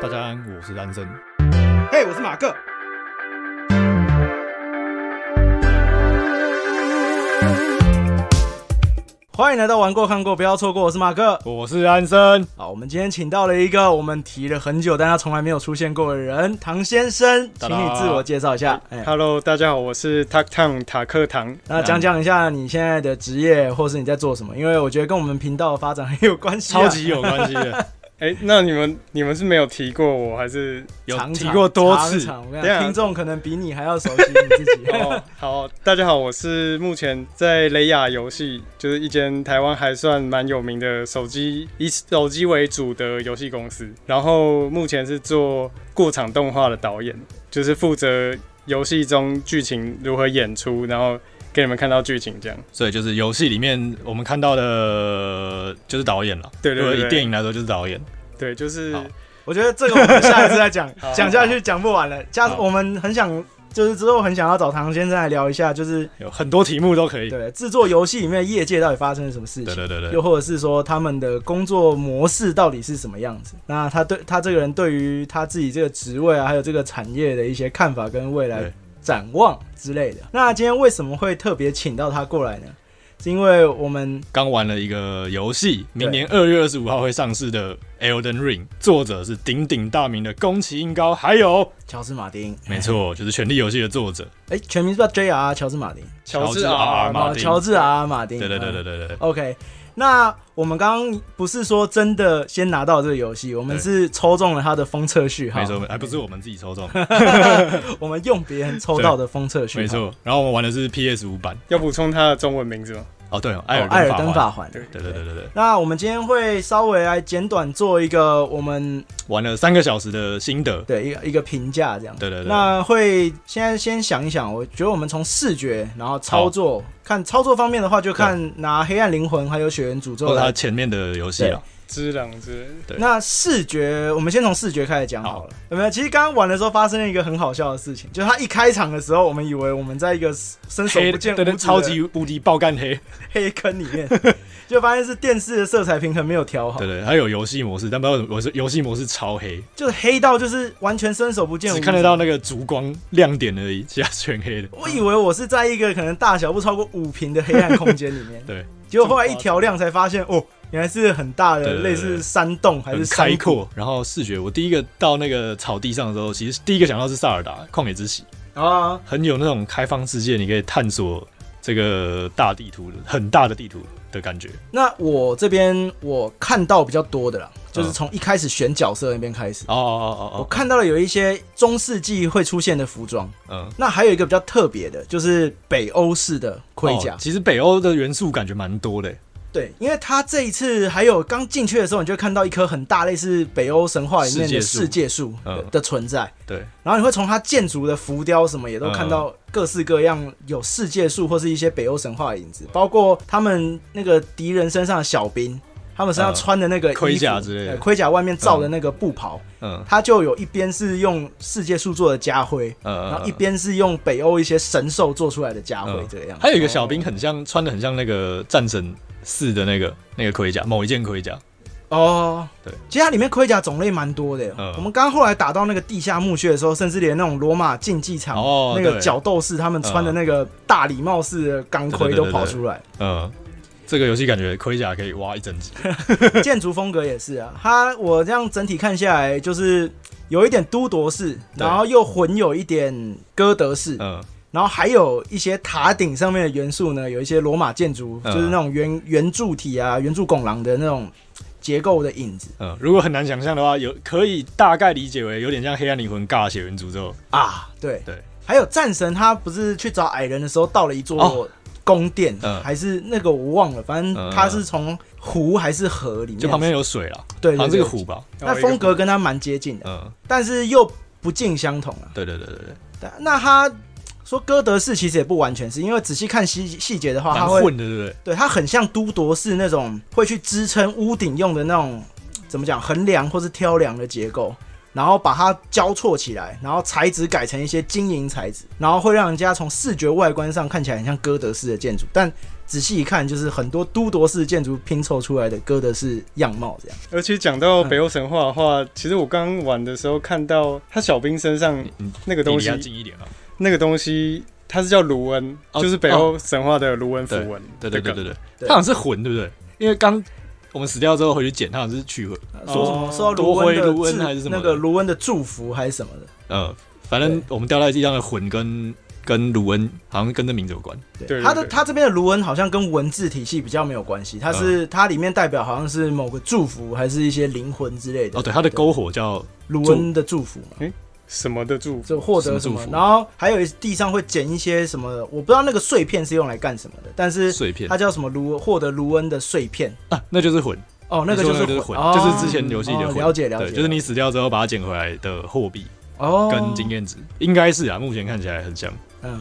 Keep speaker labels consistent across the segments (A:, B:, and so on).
A: 大家安，我是安生。
B: 嘿我是马克。欢迎来到玩过看过，不要错过，我是马克。
A: 我是安生，
B: 好，我们今天请到了一个我们提了很久但他从来没有出现过的人，唐先生，
A: 哒
B: 请
A: 哒
B: 你自我介绍一下。哎，
C: Hello，大家好，我是 t a k t o n 塔克堂。
B: 那讲讲一下你现在的职业，或是你在做什么？因为我觉得跟我们频道的发展很有关系啊、
A: 超级有关系 的，
C: 哎、那你们你们是没有提过我，还是？
A: 有
B: 常
A: 提
B: 常
A: 过多次
B: 常常我跟你
C: 对
B: 讲，
C: 啊
B: 听众可能比你还要熟悉你自己。
C: 哦，好，大家好，我是目前在雷亚游戏，就是一间台湾还算蛮有名的手机以手机为主的游戏公司，然后目前是做过场动画的导演，就是负责游戏中剧情如何演出，然后给你们看到剧情这样。
A: 所以就是游戏里面我们看到的，就是导演了。
C: 对对对
A: 如果以
C: 对
A: 电影来说，就是导演。
C: 对，就是
A: 好
B: 我觉得这个我们下一次再 讲
C: 好，
B: 讲下去讲不完了。下次
A: 好
B: 我们很想，就是之后很想要找唐先生来聊一下，就是
A: 有很多题目都可以。
B: 对制作游戏里面的业界到底发生了什么事
A: 对
B: 情，
A: 对对对
B: 又，或者是说他们的工作模式到底是什么样子。那他对他这个人对于他自己这个职位啊，还有这个产业的一些看法跟未来
A: 对
B: 展望之类的。那今天为什么会特别请到他过来呢？是因为我们
A: 刚玩了一个游戏，明年二月二十五号会上市的《Elden Ring》，作者是鼎鼎大名的宫崎英高，还有
B: 乔治马丁，
A: 没错，就是《权力游戏》的作者
B: 哎，全名是叫 J.R. 乔治马丁，
C: 乔治
A: R 马
C: R 嘛，
B: 哦
A: 丁
B: 乔治 R. 马丁，
A: 对对对
B: 嗯
A: 对对对，
B: OK，那我们刚刚不是说真的先拿到这个游戏，我们
A: 对
B: 是抽中了它的封测序号，
A: 没错，，哎，不是我们自己抽中，
B: 我们用别人抽到的封测序号，
A: 没错。然后我们玩的是 PS 五版，
C: 要补充他的中文名字吗？
A: 哦对，哦，艾
B: 哦，
A: 尔
B: 艾尔登
A: 登
B: 法
A: 法
B: 环。
C: 对
A: 环，对对对对对，
B: 那我们今天会稍微来简短做一个我们
A: 玩了三个小时的心得，
B: 对一个一个评价这样。
A: 对对对，
B: 那会现在先想一想，我觉得我们从视觉，然后操作，看操作方面的话，就看拿《黑暗灵魂》还有《血源诅咒
A: 或》者它
B: 来。
A: 前面的游戏了，啊
C: 知朗之类的。
A: 对
B: 那视觉，我们先从视觉开始讲好了。有没有？其实刚刚玩的时候发生了一个很好笑的事情，就是他一开场的时候，我们以为我们在一个伸手
A: 黑
B: 不见
A: 对
B: 五指
A: 对，
B: 的
A: 超级无敌爆干黑，
B: 黑坑里面，就发现是电视的色彩平衡没有调好
A: 对，对，它有游戏模式，但不知道为什么我是游戏模式超黑，
B: 就是黑到就是完全伸手不见五
A: 只
B: 指，
A: 看得到。那个烛光亮点而已，其他全黑的。
B: 我以为我是在一个可能大小不超过五平的黑暗空间里面，
A: 对，
B: 结果后来一调亮才发现，哦，原来是很大
A: 对
B: 的
A: 对对
B: 类似山洞还
A: 很
B: 是
A: 开
B: 山谷
A: 阔，然后视觉，我第一个到那个草地上的时候，其实第一个想到是萨尔达旷野之息，
B: 啊。
A: 很有那种开放世界，你可以探索这个大地图的很大的地图的感觉。
B: 那我这边我看到比较多的啦，就是从一开始选角色那边开始。
A: 哦
B: 我
A: 哦哦
B: 看到了有一些中世纪会出现的服装，
A: 哦，嗯，
B: 那还有一个比较特别的，就是北欧式的盔甲。
A: 哦其实北欧的元素感觉蛮多的，
B: 对，因为它这一次还有刚进去的时候，你就会看到一棵很大类似北欧神话里面的世
A: 世
B: 界树的
A: 嗯
B: 的存在，
A: 对，
B: 然后你会从它建筑的浮雕什么也都看到
A: 嗯
B: 各式各样有世界树或是一些北欧神话的影子，包括他们那个敌人身上的小兵。他们身上
A: 嗯
B: 穿的那个衣服
A: 盔甲之类的
B: 呃盔甲外面罩的那个布袍，
A: 嗯
B: 它就有一边是用世界树做的家徽，
A: 嗯，
B: 然后一
A: 嗯
B: 边是用北欧一些神兽做出来的家徽，这个样子。
A: 还有一个小兵很像穿的很像那个战神四的那个那个盔甲，某一件盔甲，
B: 哦，
A: 对，
B: 其实它里面盔甲种类蛮多的。
A: 嗯
B: 我们刚刚后来打到那个地下墓穴的时候，甚至连那种罗马竞技场、
A: 哦
B: 那个
A: 对
B: 角斗士他们穿的那个大礼帽式的钢
A: 对
B: 盔
A: 对
B: 都
A: 对对
B: 跑出来。
A: 嗯，这个游戏感觉盔甲可以挖一整集，嗯
B: 建筑风格也是啊，它我这样整体看下来，就是有一点都铎式，
A: 对
B: 然后又混有一点哥德式，
A: 嗯，
B: 然后还有一些塔顶上面的元素呢，有一些罗马建筑，
A: 嗯
B: 就是那种圆圆柱体啊、圆柱拱廊的那种结构的影子
A: 嗯，如果很难想象的话，有可以大概理解为有点像《黑暗灵魂》尬血缘诅咒。
B: 啊，对。
A: 对，
B: 还有战神，他不是去找矮人的时候，到了一座
A: 哦
B: 宫殿，
A: 嗯
B: 还是那个我忘了，反正
A: 嗯
B: 他是从湖还是河里面，
A: 就旁边有水啦，
B: 对对
A: 好像
B: 对
A: 这
B: 啊
A: 个湖吧，
B: 那风格跟他蛮接近的，
A: 嗯，
B: 但是又不尽相同啊。
A: 对对对对对，
B: 但那他说哥德式其实也不完全是，因为仔细看细细节的话，他
A: 蛮
B: 会
A: 混的，对不对？
B: 对它很像都铎式那种会去支撑屋顶用的那种怎么讲横梁或是挑梁的结构。然后把它交错起来，然后材质改成一些金银材质，然后会让人家从视觉外观上看起来很像哥德式的建筑，但仔细一看，就是很多都铎式建筑拼凑出来的哥德式样貌这样。
C: 而且讲到
A: 嗯
C: 北欧神话的话，其实我刚玩的时候看到他小兵身上
B: 嗯
A: 你
C: 那个
A: 你
C: 东
A: 嗯离
C: 西
A: 他，近一点啊。
C: 那个东西它是叫卢恩，
A: 哦
C: 就是北欧神话的卢恩符文。
A: 对对对对
C: 对，
A: 对，
B: 对
A: 他好像是魂，对不对？因为刚我们死掉之后回去捡，他好像是取魂，
B: 呃说什
C: 哦
B: 么受到卢恩的
A: 多回卢恩
B: 祝
A: 还是什么的
B: 那个卢恩的祝福还是什么的？
A: 呃，反正
B: 对
A: 我们掉在地上的魂跟跟卢恩好像跟这名字有关。
B: 对，
C: 对对
B: 他的
C: 对
B: 他这边的卢恩好像跟文字体系比较没有关系，它
A: 嗯
B: 是、它里面代表好像是某个祝福，还是一些灵魂之类的。
A: 哦，对，他的篝火叫
B: 卢恩的祝福嘛，
C: 什么的祝福？
B: 就获得什么
A: 什么祝福
B: 然后还有一地上会捡一些什么，我不知道那个碎片是用来干什么的，但是
A: 碎片
B: 它叫什么卢获得卢恩的碎片。
A: 啊，那就是魂，
B: 哦，那个
A: 你说
B: 就是
A: 那就是
B: 魂，
A: 魂，
B: 哦
A: 就是之前游戏的
B: 哦
A: 魂。
B: 了解了解，
A: 对，就是你死掉之后把它捡回来的货币
B: 哦
A: 跟经验值，应该是啊，目前看起来很像。
B: 嗯，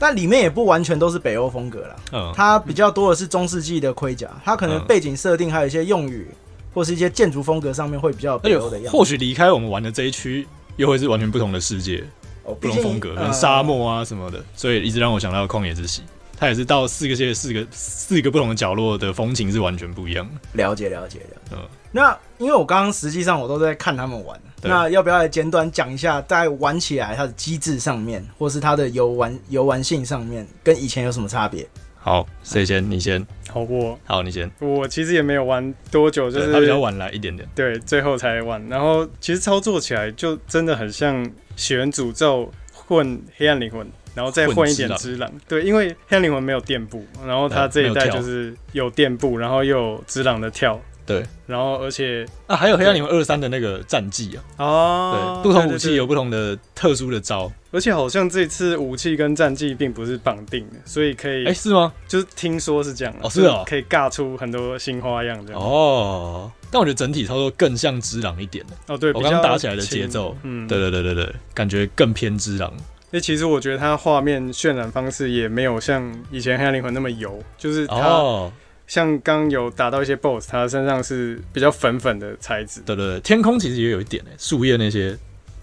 B: 但里面也不完全都是北欧风格啦，
A: 嗯，
B: 它比较多的是中世纪的盔甲，它可能
A: 嗯
B: 背景设定还有一些用语，或是一些建筑风格上面会比较有
A: 而
B: 北欧的
A: 且
B: 样
A: 或
B: 子。
A: 许离开我们玩的这一区，又会是完全不同的世界，
B: 哦
A: 不
B: 毕
A: 同
B: 竟
A: 风格，可
B: 呃
A: 能沙漠啊什么的，所以一直让我想到旷野之息。它也是到四个界、四个四个不同的角落的风情是完全不一样的。
B: 了解了解了解。
A: 嗯
B: 那因为我刚刚实际上我都在看他们玩，
A: 对
B: 那要不要来简短讲一下，在玩起来它的机制上面，或是它的游玩游玩性上面，跟以前有什么差别？
A: 好，谁先？你先。
C: 好，我
A: 好，你先。
C: 我其实也没有玩多久，就
A: 对，
C: 是
A: 他比较晚来一点点。
C: 对，最后才玩。然后其实操作起来就真的很像《血缘诅咒》混黑暗灵魂，然后再混一点
A: 混
C: 之狼。对，因为黑暗灵魂没有垫步，然后它
A: 呃
C: 这
A: 没
C: 一
A: 有
C: 代
A: 跳
C: 就是有垫步，然后又有之狼的跳，
A: 对
C: 然后而且
A: 啊，还有黑暗灵魂二三的那个战绩啊，
C: 哦
A: 对，，不同武
C: 对
A: 器有不同的特殊的招。
C: 而且好像这次武器跟战绩并不是绑定的，所以可以、
A: 哎，是吗？
C: 就是听说是这样啊，
A: 哦是哦
C: 就可以尬出很多新花样这样。哦，
A: 哦，但我觉得整体操作更像之狼一点。
C: 哦对，
A: 我
C: 比
A: 刚
C: 较
A: 打起来的
C: 轻
A: 节奏
C: 嗯，
A: 对。对对对对，感觉更偏之狼。
C: 那其实我觉得它画面渲染方式也没有像以前《黑暗灵魂》那么油，就是它
A: 哦，
C: 像刚有打到一些 BOSS，它身上是比较粉粉的材质，
A: 对对对，天空其实也有一点诶，树叶那些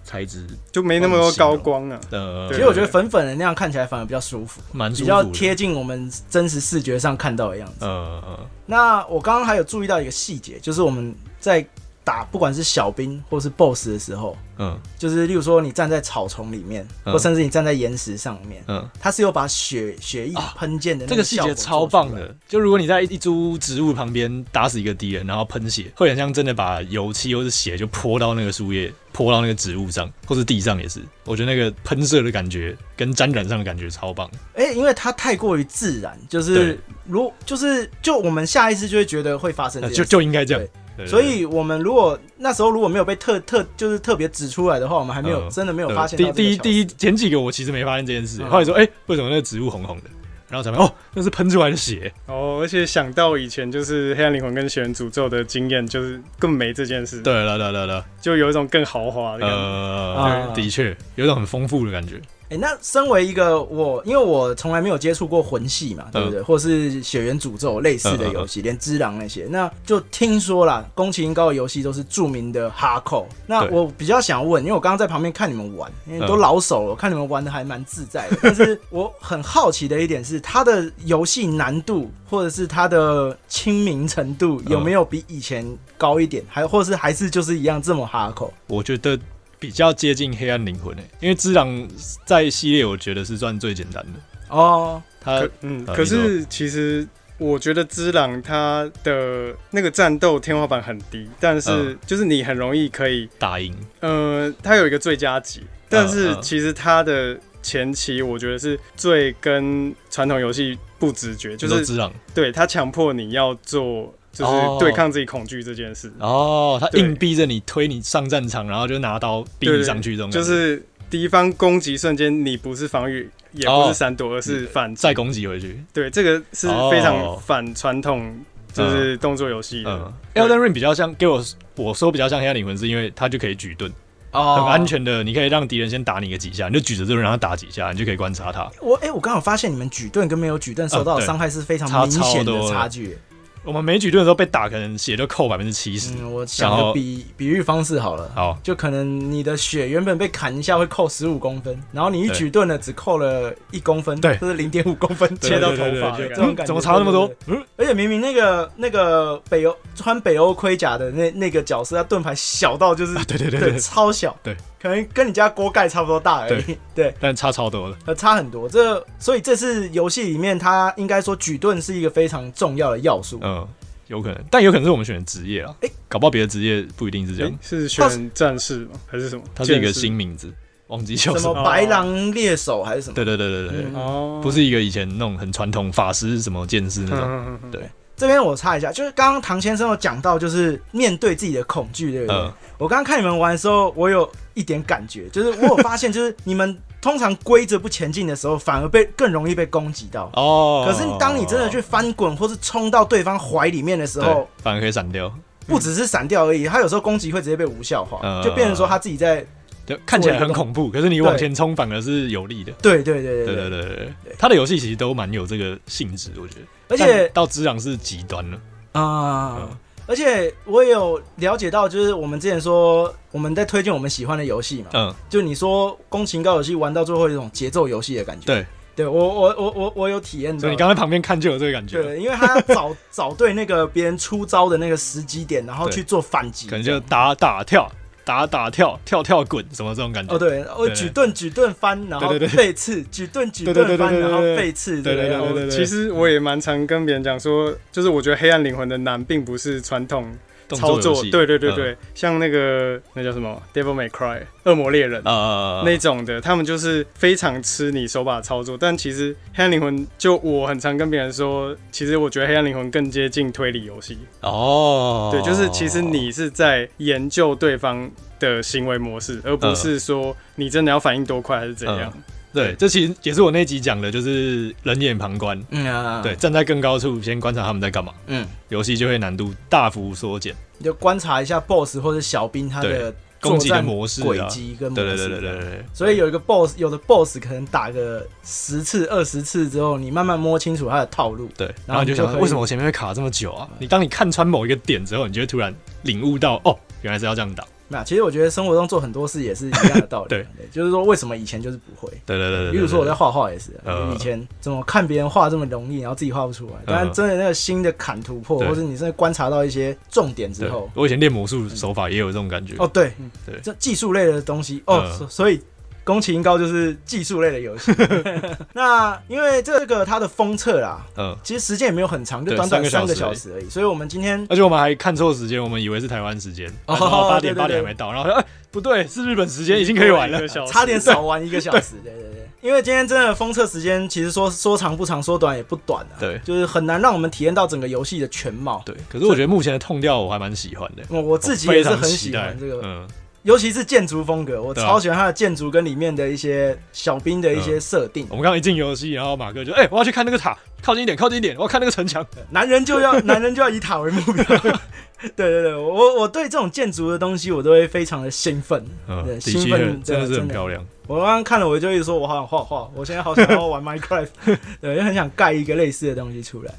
A: 材质，
C: 就没那么多高光啊。
A: 呃，
C: 对
B: 其实我觉得粉粉的那样看起来反而比较舒服，
A: 蛮舒
B: 比
A: 服的
B: 较，贴近我们真实视觉上看到的样子。
A: 呃呃，
B: 那我刚刚还有注意到一个细节，就是我们在打不管是小兵或是 BOSS 的时候，
A: 嗯
B: 就是例如说你站在草丛里面，
A: 嗯
B: 或甚至你站在岩石上面，
A: 嗯，
B: 它是有把血血液
A: 啊
B: 喷溅的那
A: 这个细
B: 效果
A: 节超
B: 做出
A: 棒。
B: 来
A: 的。就如果你在一一株植物旁边打死一个敌人，然后喷血，会很像真的把油漆或是血就泼到那个树叶，泼到那个植物上，或是地上也是。我觉得那个喷射的感觉跟沾染上的感觉超棒。
B: 哎、因为它太过于自然，就
A: 对
B: 是如就是就我们下意识就会觉得会发生这
A: 呃
B: 件
A: 就
B: 事。
A: 就应该这样
B: 对。
A: 对对
B: 所以，我们如果那时候如果没有被特特就是特别指出来的话，我们还没有、
A: 嗯
B: 真的没有
A: 对
B: 发现
A: 第
B: 到
A: 第一第
B: 一
A: 一前几个我其实没发现这件事，
B: 嗯
A: 后来说哎、为什么那个植物红红的？然后才发现哦，那是喷出来的血。
C: 哦，而且想到以前就是《黑暗灵魂》跟《血缘诅咒》的经验，就是更没这件事，
A: 对，了对了对了，
C: 就有一种更豪华的感觉。
A: 呃，
B: 啊
A: 对的确有一种很丰富的感觉。
B: 哎、那身为一个我，因为我从来没有接触过魂系
A: 嗯
B: 嘛，对不对？或是血缘诅咒类似的游戏，连之狼那些，那就听说啦，宫崎英高的游戏都是著名的哈扣。那
A: 对
B: 我比较想问，因为我刚刚在旁边看你们玩，因为都
A: 嗯
B: 老手了，我看你们玩的还蛮自在的。 但是我很好奇的一点是，它的游戏难度或者是它的亲民程度有没有比以前高一点，还或是还是就是一样这么哈扣？
A: 我觉得比较接近黑暗灵魂诶、因为之狼在系列我觉得是算最简单的。
B: 哦，
A: 它
C: 可嗯，
A: 呃
C: 可
A: 你
C: 是其实我觉得之狼它的那个战斗天花板很低，但是
A: 嗯
C: 就是你很容易可以，
A: 打赢，
C: 呃，它有一个最佳级，但是
A: 嗯
C: 其实它的前期我觉得是最跟传统游戏不直觉，就
A: 说
C: 是
A: 之狼
C: 对它强迫你要做。就是对抗自己恐惧这件事，
A: 哦，它
C: 对
A: 硬逼着你推你上战场，然后就拿刀逼
C: 对
A: 你
C: 对
A: 上去这种感
C: 就
A: 觉，
C: 是敌方攻击瞬间，你不是防御，也不
A: 哦
C: 是闪躲，而是反击
A: 再攻击回去。
C: 对，这个是非
A: 哦
C: 常反传统，就是动作游戏的。
A: 嗯
C: 对
A: ，Elden Ring 比较像给我我说比较像黑暗灵魂，是因为它就可以举盾。
B: 哦，
A: 很安。全的，你可以让敌人先打你个几下，你就举着这个让他打几下，你就可以观察他。
B: 我哎、我刚好发现你们举盾跟没有举盾受到
A: 嗯
B: 的
A: 对
B: 伤害是非常
A: 差
B: 明显的
A: 超多的
B: 差距。
A: 我们每局盾的时候被打，可能血就扣百分之七十。
B: 嗯，我想
A: 然
B: 个
A: 后
B: 比比喻方式好了。
A: 好，
B: 就可能你的血原本被砍一下会扣十五公分，然后你一
A: 对
B: 举盾了只扣了一公分，
A: 对
B: 就是零点五公分，
A: 对
C: 切到头
A: 对对
C: 发
A: 对
C: 的感觉
A: 就嗯怎么差那么多？嗯，
B: 而且明明那个那个北欧穿北欧盔甲的那那个角色，他盾牌小到就是、
A: 嗯对 对对对对
B: 超小，
A: 对，
B: 可能跟你家锅盖差不多大而已，对。
A: 但差超多了。
B: 呃，差很多，这所以这次游戏里面，它应该说举盾是一个非常重要的要素。
A: 嗯，有可能，但有可能是我们选的职业啊。
B: 诶
A: 搞不好别的职业不一定是这
C: 诶
A: 样。
C: 是
B: 他是
C: 选战士吗？还是什么？
A: 它是一个
C: 剑士
A: 新名字，忘记叫
B: 什
A: 什么。
B: 么白狼猎手还是什么？
A: 对对对对对，
B: 嗯
C: 哦，
A: 不是一个以前那种很传统法师什么剑士
C: 嗯，
A: 那种。
C: 嗯嗯嗯
B: 这边我插一下，就是刚刚唐先生有讲到，就是面对自己的恐惧，对不对？
A: 嗯
B: 我刚刚看你们玩的时候，我有一点感觉，就是我有发现，就是你们通常规着不前进的时候，反而被更容易被攻击到。
A: 哦。
B: 可是当你真的去翻滚或是冲到对方怀里面的时
A: 对
B: 候，，
A: 反而可以闪掉，
B: 不只是闪掉而已，他有时候攻击会直接被无效化，
A: 嗯
B: 就变成说他自己在
A: 就看起来很恐怖，可是你往
B: 对
A: 前冲反而是有利的。
B: 对对对
A: 对
B: 对
A: 对对对对，他的游戏其实都蛮有这个性质，我觉得。
B: 而且
A: 但到知壤是极端了，
B: 啊
A: 嗯，
B: 而且我也有了解到，就是我们之前说我们在推荐我们喜欢的游戏嘛，
A: 嗯，
B: 就你说宫崎高游戏玩到最后有一种节奏游戏的感觉，
A: 对，
B: 对我我我我我有体验到，
A: 所以你刚才旁边看就有这个感觉了，
B: 对，因为他要找找对那个别人出招的那个时机点，然后
A: 对
B: 去做反击，
A: 可能就打打跳、打打跳、跳跳滚什么这种感觉。
B: 哦，对，我
A: 对
B: 举盾举盾翻，然后
A: 对对对
B: 背刺，举盾举
A: 对对对对
B: 盾翻，
A: 对对
B: 然后
A: 对
B: 背刺，
A: 对对
B: 对哦
A: 对对
B: 对
A: 对
C: 其实我也蛮常跟别人讲说，就是我觉得《黑暗灵魂》的难，并不是传统
A: 动
C: 操
A: 游
C: 作，
A: 戏嗯
C: 对对对对，像那个那叫什么《Devil May Cry》恶魔猎人
A: 嗯。呃，
C: 那种的，他们就是非常吃你手把操作，但其实《黑暗灵魂》就我很常跟别人说，其实我觉得《黑暗灵魂》更接近推理游戏。
A: 哦，
C: 对，就是其实你是在研究对方的行为模式，而
A: 嗯
C: 不是说你真的要反应多快还是怎样。
A: 对，这其实也是我那集讲的，就是冷眼旁观，
B: 嗯啊，
A: 对，，站在更高处先观察他们在干嘛，
B: 嗯，
A: 游戏就会难度大幅缩减，
B: 你就观察一下 BOSS 或者小兵他的
A: 攻击
B: 作
A: 的
B: 战
A: 模式啊
B: 轨迹跟模
A: 对
B: 式，
A: 对对对对。对，
B: 所以有一个 BOSS，有的 BOSS 可能打个十次、二十次之后，你慢慢摸清楚他的套路，
A: 对，
B: 然
A: 然
B: 后
A: 后
B: 你
A: 你
B: 就
A: 就想
B: 可
A: 说，
B: 以
A: 为什么我前面会卡这么久啊？你当你看穿某一个点之后，你就会突然领悟到，哦，原来是要这样打。
B: 那其实我觉得生活中做很多事也是一样的道 理。啊
A: 对
B: 就是说为什么以前就是不会。
A: 对对对对。
B: 比如说我在
A: 要，
B: 画画也是啊，
A: 嗯
B: 以前怎么看别人画这么容易，然后自己画不出来。但真的那个新的砍突破，
A: 对
B: 或者你真的观察到一些重点之
A: 对
B: 后，，
A: 我以前练魔术手法也有这种感觉。
B: 哦对
C: 嗯，
A: 对
B: 这技术类的东西哦，
A: 嗯
B: 所所以。宫崎英高就是技术类的 游戏， 那因为这个它的封测啊啦，
A: 嗯，
B: 其实时间也没有很长，就
A: 对
B: 短短三
A: 三
B: 个
A: 个小
B: 小时而已，所以我们今天
A: 而且我们还看错时间，我们以为是台湾时间，然
B: 哦
A: 后八点
B: 对对对
A: 八点还没到，然后哎不对，是日本时间已经可以玩了
C: 一。个小 时
B: 差点少玩一个小 时。对对对，因为今天真的封测时间，其实说说长不长，说短也不短啊。
A: 对
B: 就是很难让我们体验到整个游戏的全貌。
A: 对，可是我觉得目前的痛调我还蛮喜欢的，
B: 我我自己
A: 我非
B: 也是
A: 常
B: 很
A: 期
B: 喜
A: 待
B: 欢这个，
A: 嗯，
B: 尤其是建筑风格，我
A: 对啊啊
B: 超喜欢它的建筑跟里面的一些小兵的一些设定
A: 我。们刚刚一进游戏，然后马哥就哎、我要去看那个塔，靠近一点，靠近一点，我要看那个城墙。
B: 男人 就要男人就要以塔为目标。 对对对，我我对这种建筑的东西，我都会非常的兴奋。
A: 嗯，
B: 对
A: 的
B: 兴奋
A: 确
B: 对
A: 真的是
B: 真
A: 很
B: 的
A: 漂亮。
B: 我刚刚看了，我就一直说我好想画画，我现在好想要 玩 Minecraft，对，就很想盖一个类似的东西出来。啊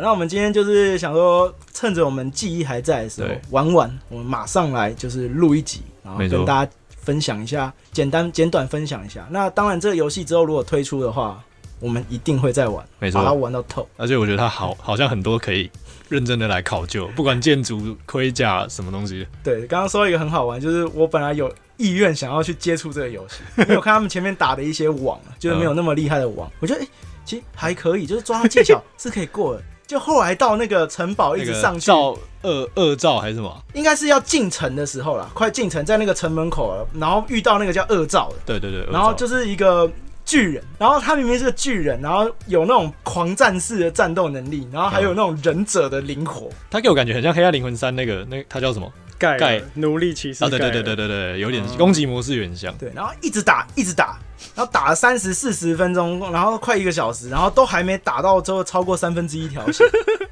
B: 那我们今天就是想说，趁着我们记忆还在的时候
A: 对
B: 玩玩，我们马上来就是录一集，然后
A: 没错
B: 跟大家分享一下，简单简短分享一下。那当然，这个游戏之后如果推出的话，我们一定会再玩，
A: 没错
B: 把它玩到透。
A: 而且我觉得它好好像很多可以认真的来考究，不管建筑、盔甲什么东西。
B: 对，刚刚说到一个很好玩，就是我本来有意愿想要去接触这个游戏， 因为我看他们前面打的一些网啊，就是没有那么厉害的网，我觉得哎、诶其实还可以，就是抓到技巧是可以过的。就后来到那个城堡一
A: 那
B: 直
A: 个
B: 上去，
A: 造二二兆还是什么啊？
B: 应该是要进城的时候啦，快进城，在那个城门口了，然后遇到那个叫恶兆的，
A: 对对对，
B: 然后
A: 二兆
B: 就是一个巨人，然后他明明是个巨人，然后有那种狂战士的战斗能力，然后还有那种忍者的灵活，
A: 它给我感觉很像《黑暗灵魂三》那个那个它叫什么
C: 盖
A: 盖
C: 尔奴隶骑士
A: 啊？对
C: 盖
A: 对
C: 尔
A: 对对对对，有点
C: 嗯
A: 攻击模式有点像。
B: 对，然后一直打，一直打，然后打了三十四十分钟，然后快一个小时，然后都还没打到之后超过三分之一条 线，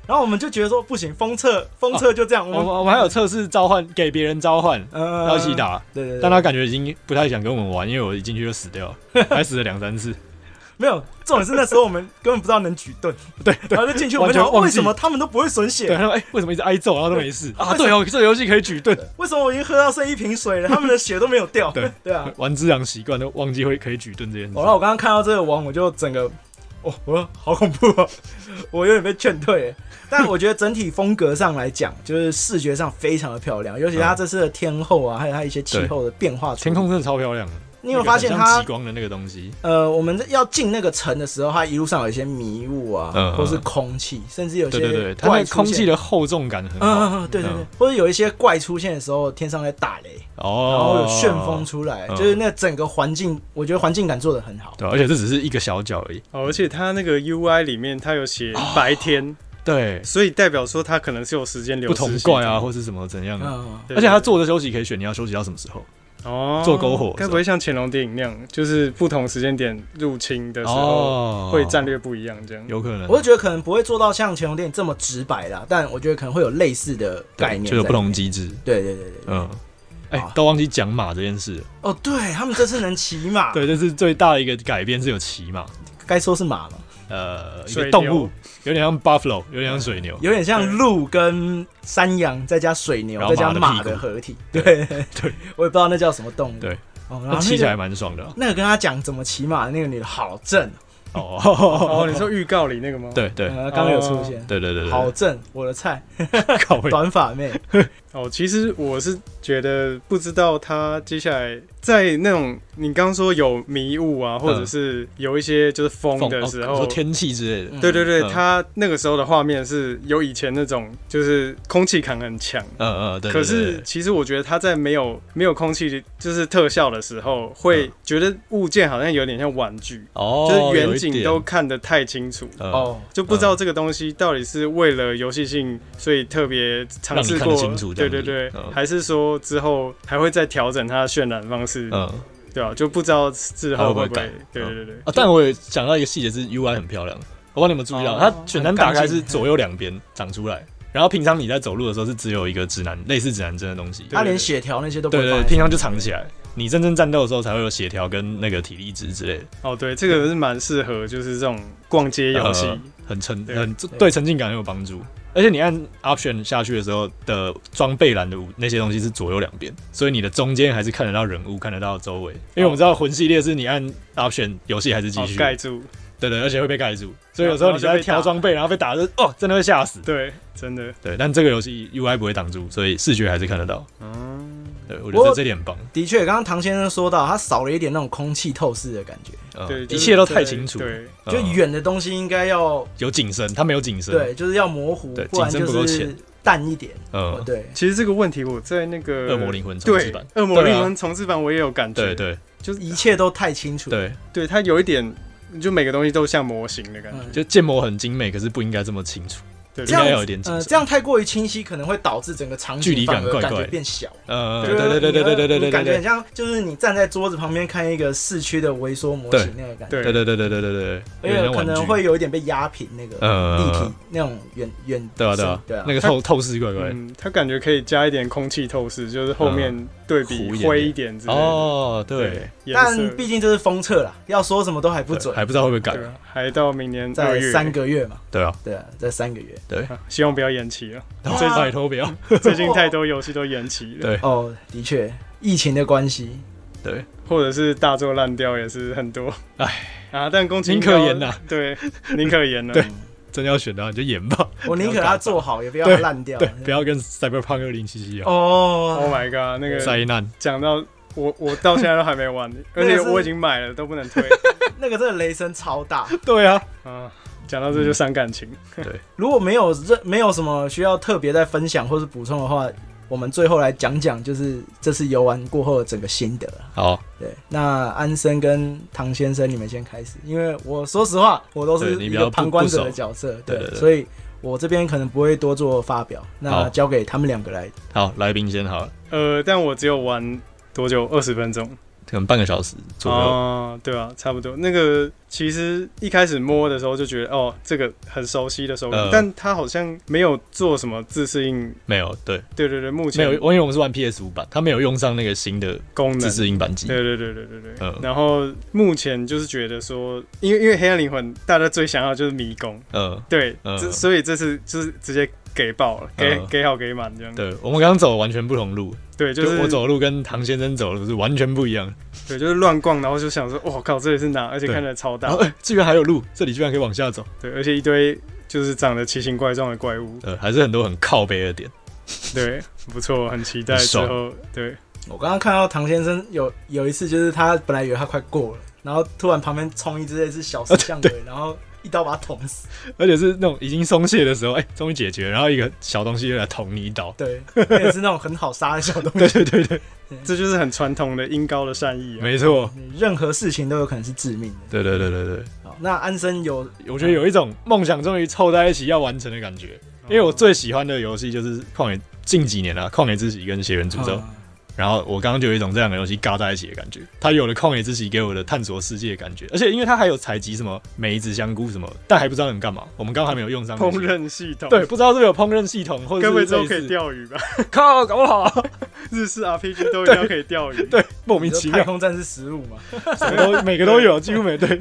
B: 然后我们就觉得说不行，封测封测就这样，
A: 我
B: 我
A: 们
B: 们、
A: 我们还有测试召唤，给别人召唤，
B: 呃
A: 哦要一起，打。
B: 对对 对，
A: 但他感觉已经不太想跟我们玩，因为我一进去就死掉了，还死了两三次。
B: 没有，重点是那时候我 们根本不知道能举盾，
A: 对对
B: 然后就进去，我们
A: 完全
B: 想
A: 忘记
B: 为什么他们都不会损血
A: 对，？他说：“哎、为什么一直挨揍，然后都没事啊？
B: 为什 么
A: 对哦，这个游戏可以举盾。
B: 为什么我已经喝到剩一瓶水了，他们的血都没有掉？
A: 对
B: 对啊，
A: 玩只狼习惯都忘记会可以举盾这件事。
B: 我让我刚刚看到这个网，我就整个，我我好恐怖哦， 我有点被劝退耶。但我觉得整体风格上来讲，就是视觉上非常的漂亮，尤其它这次的天后啊，还有它一些气候的变化处
A: 嗯天
B: 理，
A: 空真的超漂亮的，
B: 你有没有发现
A: 那个很像
B: 它
A: 极光的那个东西？
B: 呃，我们要进那个城的时候，它一路上有一些迷雾啊，
A: 嗯嗯
B: 或是空气，甚至有些
A: 对对对，它
B: 怪
A: 那个
B: 出
A: 空气
B: 现。
A: 的厚重感很好。
B: 嗯嗯嗯，对对对
A: 嗯，
B: 或者有一些怪出现的时候，天上在打雷，然后
A: 哦，
B: 有旋风出来，
A: 嗯
B: 就是那整个环境，我觉得环境感做的很好。
A: 对，而且这只是一个小角而已。
C: 哦，而且它那个 UI 里面它有写
A: 哦
C: 白天，
A: 对，
C: 所以代表说它可能是有时间流
A: 不
C: 逝
A: 同
C: 性
A: 怪
C: 的
A: 啊，，或是什么怎样的。
B: 嗯，
C: 对
A: 而且它坐着休息可以选，你要休息到什么时候？
C: 哦
A: 做篝火
C: 该不会像乾隆电影那样，就是不同时间点入侵的时候
A: 哦，
C: 会战略不一样这样？
A: 有可能。
B: 我就觉得可能不会做到像乾隆电影这么直白啦，但我觉得可能会有类似的
A: 对
B: 概念，
A: 就有不同。机制。
B: 对对对对，
A: 嗯，哎
C: 啊
B: 好，
A: 都忘记讲马这件事了。
B: 哦，对他们这次能骑
C: 啊
B: 马，
A: 对，这是最大的一个改变，是有骑马。
B: 该说是马嘛，
A: 呃，一
C: 水
A: 个
C: 牛嗯
A: 动物，有点像 buffalo，有点像水牛。
B: 有点像鹿跟山羊，再加水牛
A: 然，后
B: 再加
A: 马的屁
B: 马
A: 股
B: 的合体。对对，我也不知道那叫什么动物。
A: 对，
B: 哦，然
A: 那
B: 后
A: 骑起来
B: 那个
A: 蛮爽的啊
B: 那个跟他讲怎么骑马的那个女的好正，啊
A: 哦。
C: 哦， 你说预告里那个吗？，
A: 对对哦对
B: 呃，刚刚有出现，
A: 对对对，对
B: 好正，我的菜，
A: 靠背
B: 短发妹。
C: 哦，其实我是觉得不知道它接下来在那种你刚刚说有迷雾啊，或者是有一些就是
A: 嗯
C: 风
A: 风
C: 的
A: 哦
C: 时
A: 你
C: 候
A: 说，天气之类的。
B: 嗯
C: 对对对，
A: 嗯
C: 它那个时候的画面是有以前那种就是空气感很强。
A: 嗯嗯，对。
C: 可
A: 对对
C: 是，其实我觉得它在没有没有空气就是特效的时候，会
A: 嗯
C: 觉得物件好像有点像玩具，
A: 哦，
C: 就是
A: 有
C: 远
A: 一
C: 景
A: 点
C: 都看得太清楚，
A: 嗯
B: 哦，
C: 就不知道这个东西到底是为了游戏性，所以特别尝
A: 让你
C: 试
A: 看
C: 过
A: 得清楚，这
C: 对
A: 样
C: 对
A: 子
C: 对
A: 嗯，
C: 还是说之后还会再调整它的渲染方式，
A: 嗯
C: 对啊，就不知道之后会不
A: 它会
C: 会
A: 不会改，
C: 对对对对，
A: 啊，但我也想到一个细节是 UI 很漂亮，我不知道你有没有注意到，
C: 哦
A: 它选单打开是
B: 很干净
A: 左右两边长出来，然后平常你在走路的时候是只有一个指南，类似指南针的东西，
C: 对
B: 他连血条那些都不
A: 对
B: 会放
A: 对，
B: 在
A: 平常
B: 上
A: 就
B: 面
A: 藏起来，你真正战斗的时候才会有协调跟那个体力值之类的，
C: 哦对，这个是蛮适合就是这种逛街游戏，
A: 呃很沉
C: 对
A: 很对沉浸感很有帮助。而且你按 option 下去的时候的装备栏的五那些东西是左右两边，所以你的中间还是看得到人物，看得到周围。因为我们知道魂系列是你按 option 游戏还是继
C: 哦
A: 续
C: 盖啊住，
A: 对对，而且会被盖住，所以有时候你在挑装备，然后被打的时候哦，真的会吓死。
C: 对，真的，
A: 对，但这个游戏 UI 不会挡住，所以视觉还是看得到。
C: 嗯，
A: 对，我
B: 不
A: 觉
B: 过
A: 得这点很棒。
B: 的确，刚刚唐先生说到，他少了一点那种空气透视的感觉，
A: 嗯
C: 对，就
A: 一
C: 是
A: 切都太
C: 在
A: 清楚，
C: 对，
A: 嗯
B: 就远的东西应该要
A: 有景深，它没有景深。，
B: 对，就是要模糊
A: 对，
B: 不然
A: 景深不够
B: 就
A: 浅
B: 是淡一点。哦
A: 嗯，
B: 对，
C: 其实这个问题我在那个
A: 恶魔灵魂重置
C: 对
A: 版，
C: 恶魔
A: 对啊
C: 灵魂重置版我也有感觉，
A: 对对
C: 就是
B: 一切都太清楚。，
A: 对，
C: 对它有一点，就每个东西都像模型的感觉。
B: 嗯，
A: 就建模很精美，可是不应该这么清楚，
C: 对，
B: 这
A: 应
B: 样
A: 该
B: 子
A: 要有点景
B: 呃，
A: 深。
B: 这样太过于清晰，可能会导致整个场景
A: 距离感
B: 反而
A: 怪
B: 感
A: 怪
B: 觉
A: 的
B: 变小。
A: 呃，
C: 对
A: 对对对对对对对对
B: 感觉
A: 对
B: 很像，就是你站在桌子旁边看一个市区的微缩模型那个感觉，
A: 对
C: 对
A: 对对对对对对对，
B: 因
A: 有
B: 为
A: 点
B: 可
A: 像玩
B: 能
A: 具
B: 会有一点被压平那个
A: 呃
B: 立体那种远远
A: 对啊对
B: 啊
A: 啊，
B: 对啊
A: 那，个透透视怪怪。
C: 嗯，它感觉可以加一点空气透视，就是后面对
A: 啊糊一
C: 比
A: 点
C: 灰
A: 点
C: 一点之类的。
A: 哦，对
C: 对，，颜色
B: 但毕竟这是封测啦，要说什么都还不
A: 对
B: 准，
A: 还不知道会不会改
C: 对。啊还到明年二
B: 在
C: 月，
B: 三个月嘛，
A: 对啊，
B: 对啊，在三个月。
C: 啊希望不要延期了。
A: 然
B: 对
A: 后
B: 啊
A: 最拜托不要。
C: 最近太多游戏都延期了，
A: 对
B: 哦，的确，疫情的关系，
A: 对，
C: 或者是大作烂掉也是很多。唉 啊，但宫崎
A: 宁
C: 英
A: 可
C: 高
A: 言呐，
C: 对，宁可言呐。
A: 对真要选的话你就演吧。
B: 我宁可它做好，也不要
A: 对
B: 它烂掉。
A: 对，不要跟 Cyberpunk 二零七七一 样，
C: ，Oh
B: 哦，
C: my god，那个
A: 灾难。
C: 讲到我，我到现在都还没 玩，而且我已经买了都不能退。
B: 那个真的雷声超大。
A: 对啊，
C: 啊，讲到这就伤感情。
B: 如果没有任没有什么需要特别再分享或是补充的话，我们最后来讲讲就是这次游玩过后的整个心得啊。
A: 好，
B: 对，那安生跟唐先生，你们先开始，因为我说实话，我都是
A: 对你
B: 一
A: 比较
B: 个
A: 不
B: 旁观者
A: 不熟
B: 的角色，
A: 对
B: 对，
A: 对对
B: 所以我这边可能不会多做发表，
A: 好
B: 那交给他们两个来。
A: 好，来宾先好了。
C: 呃，但我只有玩多久？二十分钟。
A: 可能半个小时左右。
C: 哦，对啊，差不多。那个其实一开始摸的时候就觉得，哦，这个很熟悉的手感，
A: 呃
C: 但它好像没有做什么自适应。
A: 没有，对，
C: 对对对，目
A: 没有，
C: 前
A: 因为我们是玩 PS 五版，它没有用上那个新的
C: 功能
A: 自。制音版机。
C: 对对对对对对。
A: 呃
C: 然后目前就是觉得说，因为因为黑暗灵魂大家最想要就是迷宫，
A: 呃，
C: 对，
A: 呃
C: 这所以这次就是直接给爆了，给、
A: 呃
C: 给好给满这样。
A: 对，我们刚刚走完全不同路，
C: 对，
A: 就是我走的路跟唐先生走的路是完全不一样。
C: 对，就是乱逛，然后就想说，我靠，这里是哪？而且
A: 对
C: 看起来超大
A: 然后，，哎，居然还有路，这里居然可以往下走。
C: 对，而且一堆就是长得奇形怪状的怪物，
A: 呃，还是很多很靠背的点。
C: 对，不错，很期待
A: 很
C: 之
A: 爽
C: 后，对，
B: 我刚刚看到唐先生有有一次，就是他本来以为他快过了，然后突然旁边冲一只类似小石像
A: 啊
B: 鬼，然后一刀把他捅死。
A: 而且是那种已经松懈的时候，哎、终于解决，然后一个小东西又来捅你一刀。
B: 对，那也是那种很好杀的小东西。
A: 对对对对，
C: 这就是很传统的音高的善意啊。
A: 没错，
B: 任何事情都有可能是致命的。
A: 对对对对对，
B: 好，那安生有
A: 我觉得有一种梦想终于凑在一起要完成的感觉。因为我最喜欢的游戏就是《旷野》，近几年啊，《旷野之息》跟《血缘诅咒》
B: 啊
A: 然后我刚刚就有一种这两个游戏嘎在一起的感觉，它有了《旷野之息》给我的探索世界的感觉，而且因为它还有采集什么梅子、香菇什么，但还不知道能干嘛，我们刚刚还没有用上 那
C: 烹
A: 些
C: 饪系 统，
A: 对，，不知道是不是有烹饪系统，或者
C: 该
A: 是
C: 不会之后可
A: 类
C: 以
A: 似
C: 钓鱼吧？
A: 靠，搞不好啊
C: 日式 RPG 都一定要可以钓鱼，
A: 对莫
B: 你
A: 名
B: 说
A: 其
B: 太
A: 妙，
B: 空战士十五嘛？
A: 什么都每个都有，几乎每对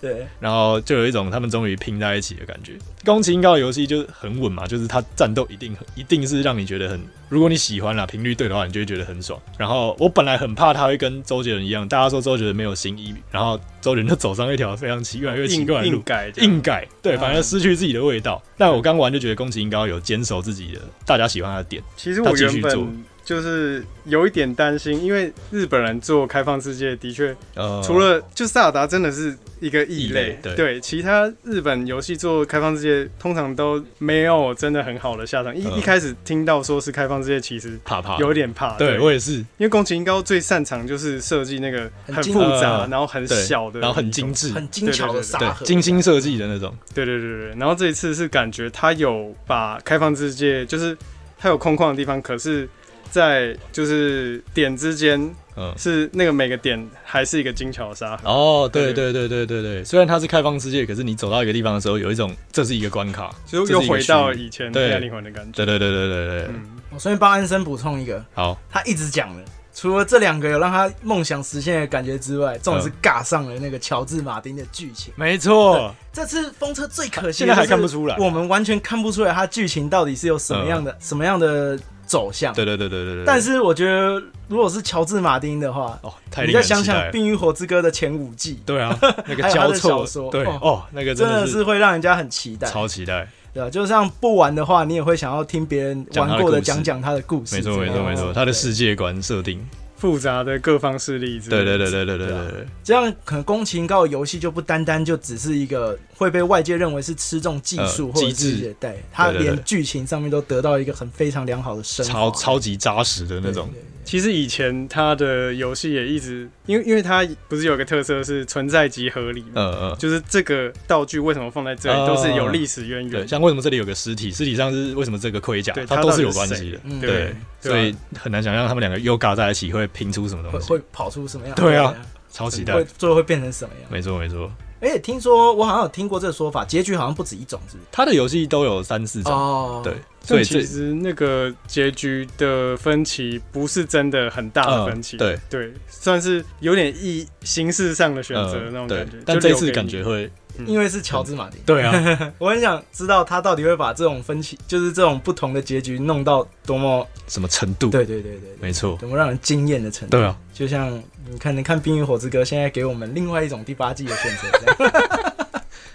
B: 对，
A: 然后就有一种他们终于拼在一起的感觉。宫崎英高的游戏就是很稳嘛，就是它战斗一定很一定是让你觉得很，如果你喜欢啦，频率对的话，你就会觉得很爽。然后我本来很怕他会跟周杰伦一样，大家说周杰伦没有新意，然后周杰伦就走上一条非常奇越来越奇
C: 硬
A: 怪的
C: 硬
A: 路。
C: 改这样
A: 硬改，对，
B: 嗯
A: 反而失去自己的味道。但我刚玩就觉得宫崎英高有坚守自己的大家喜欢他的点，
C: 其实我
A: 他继
C: 原
A: 续做
C: 本就是有一点担心，因为日本人做开放世界的确
A: 呃，
C: 除了就萨尔达真的是一个异
A: 异
C: 类
A: 类，对
C: 其他日本游戏做开放世界通常都没有真的很好的下场。一、
A: 嗯
C: 一开始听到说是开放世界，其实
A: 怕怕，
C: 有点怕，
A: 对我也是，
C: 因为宫崎英高最擅长就是设计那个
B: 很
C: 很
B: 精
C: 复杂，
A: 呃
C: 然后很
A: 对
C: 小的，
A: 然后很精，致，
B: 很精巧的
A: 对
B: 沙，盒，
A: 精心设计的那种，
C: 对对对对对。然后这一次是感觉他有把开放世界，就是他有空旷的地方，可是。在就是点之间
A: 嗯，
C: 是那个每个点还是一个精巧的沙盒，
A: 哦，
C: 对
A: 对对对对对对，虽然它是开放世界，可是你走到一个地方的时候，有一种这是一个关卡。
C: 就
A: 这
C: 又
A: 是一个
C: 回到
A: 区域
C: 以前《
A: 对
C: 黑暗灵魂》的感觉。
A: 对对对对对对，
C: 嗯，
B: 我顺便哦帮安生补充一个，
A: 好，
B: 他一直讲的，除了这两个有让他梦想实现的感觉之外，重
A: 嗯
B: 点是尬上了那个乔治马丁的剧情。
A: 没错，
B: 这次风车最可惜
A: 现
B: 的
A: 在还
B: 就是
A: 看不出来。
B: 我们完全看不出来它剧情到底是有什么样的、什么样的走向。
A: 嗯对对对对对对，
B: 但是我觉得，如果是乔治马丁的话，
A: 哦，太
B: 你
A: 令
B: 再
A: 人
B: 想
A: 期
B: 想
A: 待
B: 《
A: 了。
B: 冰与火之歌》的前五季，
A: 对啊，那
B: 还
A: 个
B: 有他
A: 交
B: 的小
A: 错
B: 说，
A: 对
B: 哦
A: 哦，那个
B: 真的
A: 是
B: 是会让人家很期待，
A: 超期待，
B: 对吧？啊就像不玩的话，你也会想要听别人玩过的讲讲他的故事，
A: 没错
B: 这
A: 没
B: 样
A: 错没错，他的
B: 对
A: 世界观设定，
C: 复杂的各方势力之
A: 对
C: 类的。
A: 对对对对对
B: 对啊
A: 对对，
B: 这样可能宫崎英高的游戏就不单单就只是一个会被外界认为是吃重技术
A: 呃
B: 或者
A: 机制
B: 是对，他
A: 对对对
B: 连剧情上面都得到一个很非常良好的升华
A: 超超级扎实的那种，
B: 对对对
C: 其实以前他的游戏也一直，因为因为它不是有个特色是存在即合理嘛，
A: 嗯嗯。
C: 就是这个道具为什么放在这里，
A: 哦
C: 都是有历史渊源
A: 对，。像为什么这里有个尸体，尸体上是为什么这个盔甲
C: 对，它
A: 它都
C: 到底
A: 是有
C: 是
A: 关
C: 谁
A: 系的。
B: 嗯
C: 对
A: 对，所
C: 对
A: 以很难想象他们两个又尬在一起会拼出什么
B: 会
A: 东西，
B: 会跑出什么样？
A: 对啊，超期
B: 会
A: 待。
B: 最后会变成什么样？
A: 没错没错，
B: 而且听说我好像有听过这个说法，结局好像不止一种，是不是？
A: 他的游戏都有三四种，
B: 哦
A: 对，，所
C: 但
A: 以
C: 其
A: 这
C: 实那个结局的分歧不是真的很大的分歧，
A: 嗯对
C: 对，算是有点意形式上的选择
A: 呃
C: 那种
A: 对
C: 感觉。
A: 但
C: 就
A: 这
C: 留给
A: 次
C: 你
A: 感觉会
B: 因为是乔治马丁，
A: 对啊，
B: 我很想知道他到底会把这种分歧，就是这种不同的结局弄到多么，
A: 什么程度？
B: 对对对对对，
A: 没错，
B: 多么让人惊艳的程度。
A: 对啊，
B: 就像你看，你看《冰与火之歌》，现在给我们另外一种第八季的选择， 这样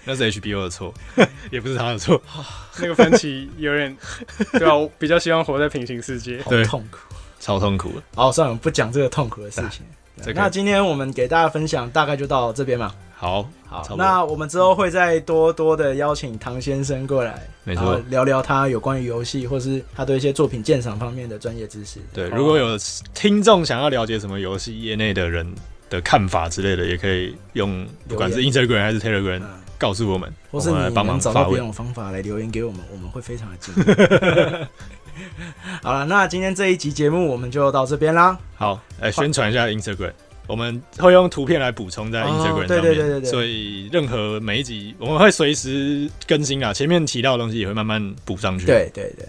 A: 那是 HBO 的 错，也不是他的错。
C: 那个分歧有点， 对啊，我比较希望活在平行世界。
B: 好
A: 对
B: 痛苦。
A: 超痛苦的。
B: 好，算了，不讲这个痛苦的事情。
A: 这个
B: 那今天我们给大家分享大概就到这边嘛。
A: 好，
B: 好
A: 差，不多
B: 那我们之后会再多多的邀请唐先生过来，
A: 没错
B: 然后聊聊他有关于游戏或是他对一些作品鉴赏方面的专业知识。
A: 对，
B: 好
C: 啊
A: 如果有听众想要了解什么游戏业内的人的看法之类的，也可以用不管是
B: 留
A: Instagram 还是 Telegram
B: 嗯
A: 告诉我们，
B: 或
A: 我
B: 是
A: 们来
B: 你
A: 帮
B: 能
A: 忙
B: 找到
A: 发
B: 别
A: 问。
B: 种方法来留言给我们，我们会非常的惊讶。 好了，那今天这一集节目我们就到这边啦。哎
A: 好，来宣传一下 Instagram，我们会用图片来补充在
B: 哦
A: Instagram 上面，
B: 对对对对对
A: 所以任何每一集我们会随时更新啊，前面提到的东西也会慢慢补上去。，
B: 对对对，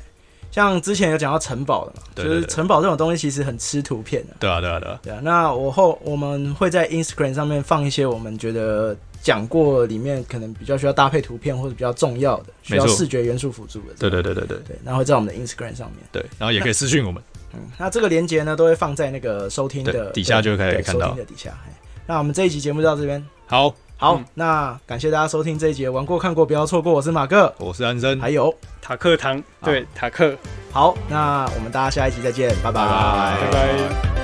B: 像之前有讲到城堡的嘛，
A: 对
B: 就
A: 对
B: 是
A: 对
B: 城堡这种东西其实很吃图片的、
A: 对啊，对啊，对啊，
B: 对啊，那我后我们会在 Instagram 上面放一些我们觉得讲过里面可能比较需要搭配图片或者比较重要的，需要
A: 没错
B: 视觉元素辅助的。
A: 对对对对对
B: 对，那会在我们的 Instagram 上面。
A: 对，然后也可以私讯我们，
B: 嗯，那这个连接呢都会放在那个收听的
A: 对底下就可以
B: 对
A: 看到
B: 收听的底下。嘿那我们这一集节目就到这边，
A: 好，
B: 好，
C: 嗯
B: 那感谢大家收听这一集的玩过看过不要错过，我是马克，
A: 我是安生，
B: 还有
C: 塔克堂，对，塔克，
B: 好，那我们大家下一集再见，拜
A: 拜
C: 拜拜。